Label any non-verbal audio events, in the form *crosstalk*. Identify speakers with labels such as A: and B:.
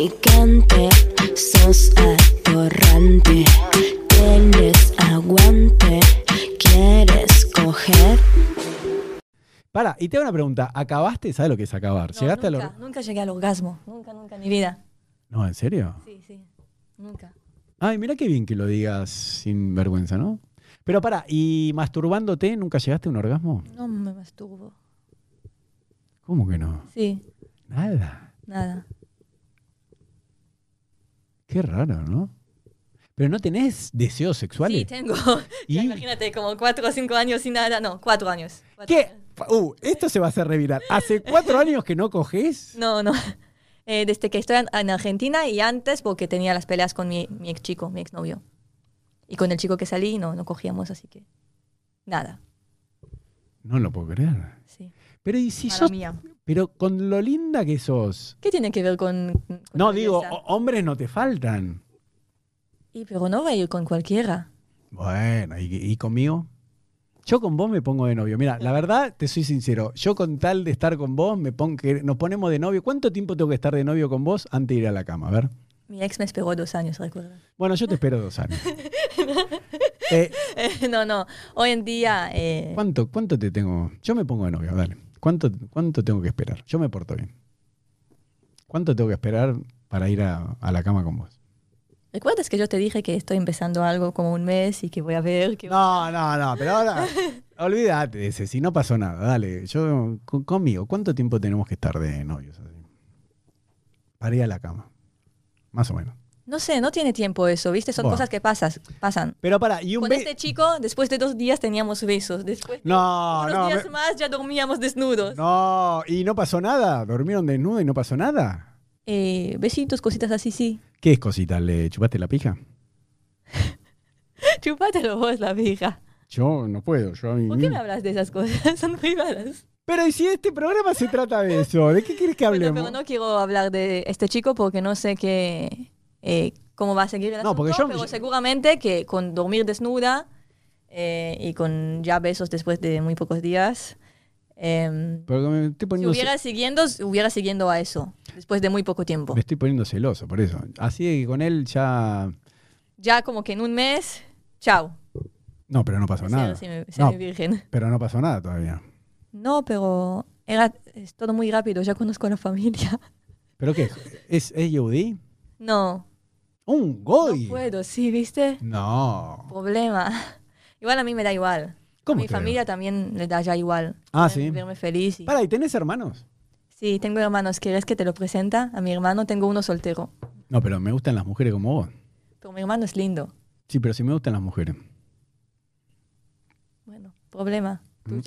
A: atorrante, sos atorrante. Tienes aguante, quieres coger.
B: Pará, y te hago una pregunta. ¿Acabaste? ¿Sabes lo que es acabar?
C: No,
B: ¿Llegaste
C: nunca,
B: a lo.?
C: nunca llegué al orgasmo. Nunca, nunca en mi vida.
B: No, ¿en serio?
C: Sí, sí. Nunca.
B: Ay, mira qué bien que lo digas sin vergüenza, ¿no? Pero pará, ¿y masturbándote nunca llegaste a un orgasmo?
C: No me masturbo.
B: ¿Cómo que no?
C: Sí,
B: Nada.
C: nada.
B: Qué raro, ¿no? Pero no tenés deseos sexuales.
C: Sí,
B: *laughs*
C: tengo.
B: ¿Y?
C: Ya imagínate, como cuatro o cinco años sin nada. No, cuatro años. Cuatro
B: ¿Qué?
C: años.
B: Uh, esto se va a hacer revirar. ¿Hace cuatro años que no coges?
C: No, *laughs* no. Eh, desde que estoy en, en Argentina y antes porque tenía las peleas con mi, mi ex chico, mi ex novio. Y con el chico que salí no, no cogíamos, así que nada.
B: No lo puedo creer.
C: Sí.
B: Pero y si
C: Mala
B: sos-
C: mía.
B: Pero con lo linda que sos.
C: ¿Qué tiene que ver con... con
B: No,
C: la
B: digo,
C: belleza?
B: ho- hombres no te faltan.
C: Y pero no va a ir con cualquiera.
B: Bueno, ¿y, y conmigo? Yo con vos me pongo de novio. Mira, la verdad, te soy sincero. Yo con tal de estar con vos, me pongo que nos ponemos de novio. ¿Cuánto tiempo tengo que estar de novio con vos antes de ir a la cama? A ver.
C: Mi ex me esperó dos años, recuerdo.
B: Bueno, yo te espero dos años. Eh,
C: *laughs* no, no. Hoy en día... eh,
B: ¿cuánto, ¿Cuánto te tengo? Yo me pongo de novio, dale. ¿Cuánto, ¿Cuánto tengo que esperar? Yo me porto bien. ¿Cuánto tengo que esperar para ir a, a la cama con vos?
C: ¿Recuerdas que yo te dije que estoy empezando algo como un mes y que voy a ver? Que...
B: No, no, no, pero
C: *laughs*
B: ahora olvídate de ese, si no pasó nada, dale, yo con- conmigo, ¿cuánto tiempo tenemos que estar de novios así? Para ir a la cama, más o menos.
C: No sé, no tiene tiempo eso, ¿viste? Son
B: Buah.
C: cosas que pasas, pasan.
B: Pero para, y un
C: Con
B: be-
C: este chico, después de dos días teníamos besos. Después de
B: No,
C: unos
B: no,
C: días
B: me-
C: más ya dormíamos desnudos.
B: no, y no pasó nada, dormieron desnudo y no pasó nada.
C: Eh, besitos, cositas así, sí. *laughs*
B: ¿Qué es cosita? ¿Le chupaste la pija?
C: Chúpatelo vos, la vieja.
B: Yo no puedo, yo a mí
C: ¿Por qué me
B: mismo.
C: hablas de esas cosas? *laughs* Son privadas.
B: Pero y si este programa se trata
C: *laughs*
B: de eso, ¿de qué quieres que
C: Bueno,
B: hablemos?
C: pero no quiero hablar de este chico porque no sé qué, eh, cómo va a seguir el
B: No, porque
C: asunto,
B: yo-
C: pero seguramente que con dormir desnuda eh, y con ya besos después de muy pocos días, em,
B: Porque me estoy
C: si
B: poniendo ce-
C: hubiera siguiendo, hubiera siguiendo a eso después de muy poco tiempo.
B: me estoy poniendo celoso, por eso. Así que con él ya
C: Ya como que en un mes, chao.
B: no, pero no pasó
C: Ser-
B: nada.
C: ser- ser
B: No,
C: virgen.
B: Pero no pasó nada todavía.
C: No, pero era es todo muy rápido, ya conozco a la familia. *laughs*
B: ¿Pero qué? ¿Es, es yehudí?
C: No,
B: ¡Un goy!
C: no puedo, sí, ¿viste?
B: No.
C: Problema. *laughs* Igual a mí me da igual.
B: ¿Cómo
C: a mi
B: te
C: familia también le da ya igual.
B: Ah,
C: Quieren
B: sí.
C: Verme feliz. y-
B: Para, ¿y tenés hermanos?
C: Sí, tengo hermanos. ¿Quieres que te lo presenta? A mi hermano tengo uno soltero.
B: No, pero me gustan las mujeres como vos.
C: Pero mi hermano es lindo.
B: Sí, pero sí me gustan las mujeres.
C: Bueno, problema.
B: Mm.
C: Tuya.